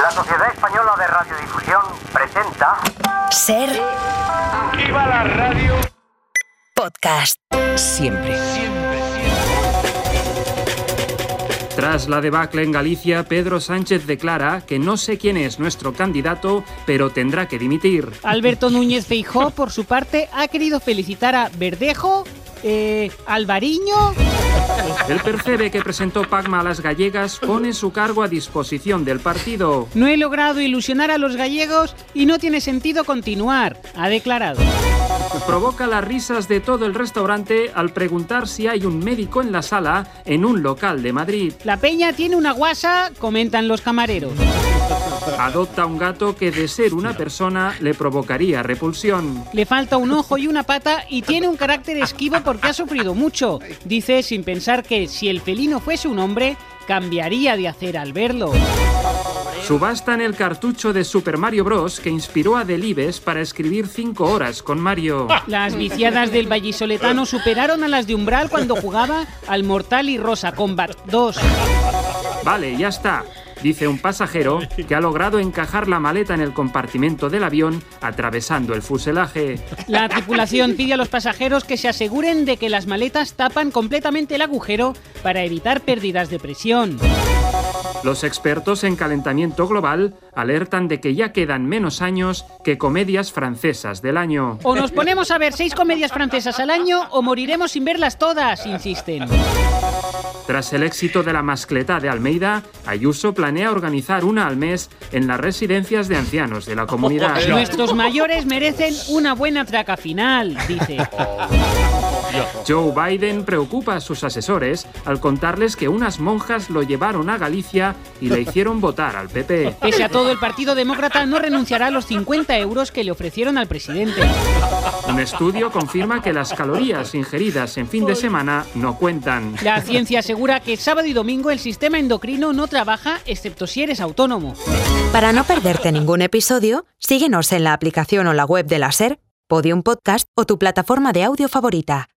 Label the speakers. Speaker 1: La Sociedad Española de Radiodifusión presenta
Speaker 2: Ser
Speaker 3: ¡Viva la radio!
Speaker 2: podcast.
Speaker 4: siempre.
Speaker 5: Tras la debacle en Galicia, Pedro Sánchez declara que no sé quién es nuestro candidato, pero tendrá que dimitir.
Speaker 6: Alberto Núñez Feijó, por su parte, ha querido felicitar a Verdejo, eh, Alvariño.
Speaker 5: El percebe que presentó Pagma a las gallegas pone su cargo a disposición del partido.
Speaker 6: No he logrado ilusionar a los gallegos y no tiene sentido continuar, ha declarado.
Speaker 5: Provoca las risas de todo el restaurante al preguntar si hay un médico en la sala en un local de Madrid.
Speaker 6: La peña tiene una guasa, comentan los camareros.
Speaker 5: Adopta un gato que de ser una persona le provocaría repulsión.
Speaker 6: Le falta un ojo y una pata y tiene un carácter esquivo porque ha sufrido mucho. Dice sin pensar que si el felino fuese un hombre, cambiaría de hacer al verlo.
Speaker 5: Subasta en el cartucho de Super Mario Bros. que inspiró a Delibes para escribir 5 horas con Mario.
Speaker 6: Las viciadas del vallisoletano superaron a las de Umbral cuando jugaba al Mortal y Rosa Combat 2.
Speaker 5: Vale, ya está, dice un pasajero que ha logrado encajar la maleta en el compartimento del avión atravesando el fuselaje.
Speaker 6: La tripulación pide a los pasajeros que se aseguren de que las maletas tapan completamente el agujero para evitar pérdidas de presión.
Speaker 5: Los expertos en calentamiento global alertan de que ya quedan menos años que comedias francesas del año.
Speaker 6: O nos ponemos a ver seis comedias francesas al año o moriremos sin verlas todas, insisten.
Speaker 5: Tras el éxito de la mascletá de Almeida, Ayuso planea organizar una al mes en las residencias de ancianos de la comunidad.
Speaker 6: Nuestros mayores merecen una buena traca final, dice.
Speaker 5: Joe Biden preocupa a sus asesores al contarles que unas monjas lo llevaron a Galicia y le hicieron votar al PP.
Speaker 6: Pese a todo, el Partido Demócrata no renunciará a los 50 euros que le ofrecieron al presidente.
Speaker 5: Un estudio confirma que las calorías ingeridas en fin de semana no cuentan.
Speaker 6: La ciencia asegura que sábado y domingo el sistema endocrino no trabaja excepto si eres autónomo.
Speaker 2: Para no perderte ningún episodio, síguenos en la aplicación o la web de la Ser, Podium Podcast o tu plataforma de audio favorita.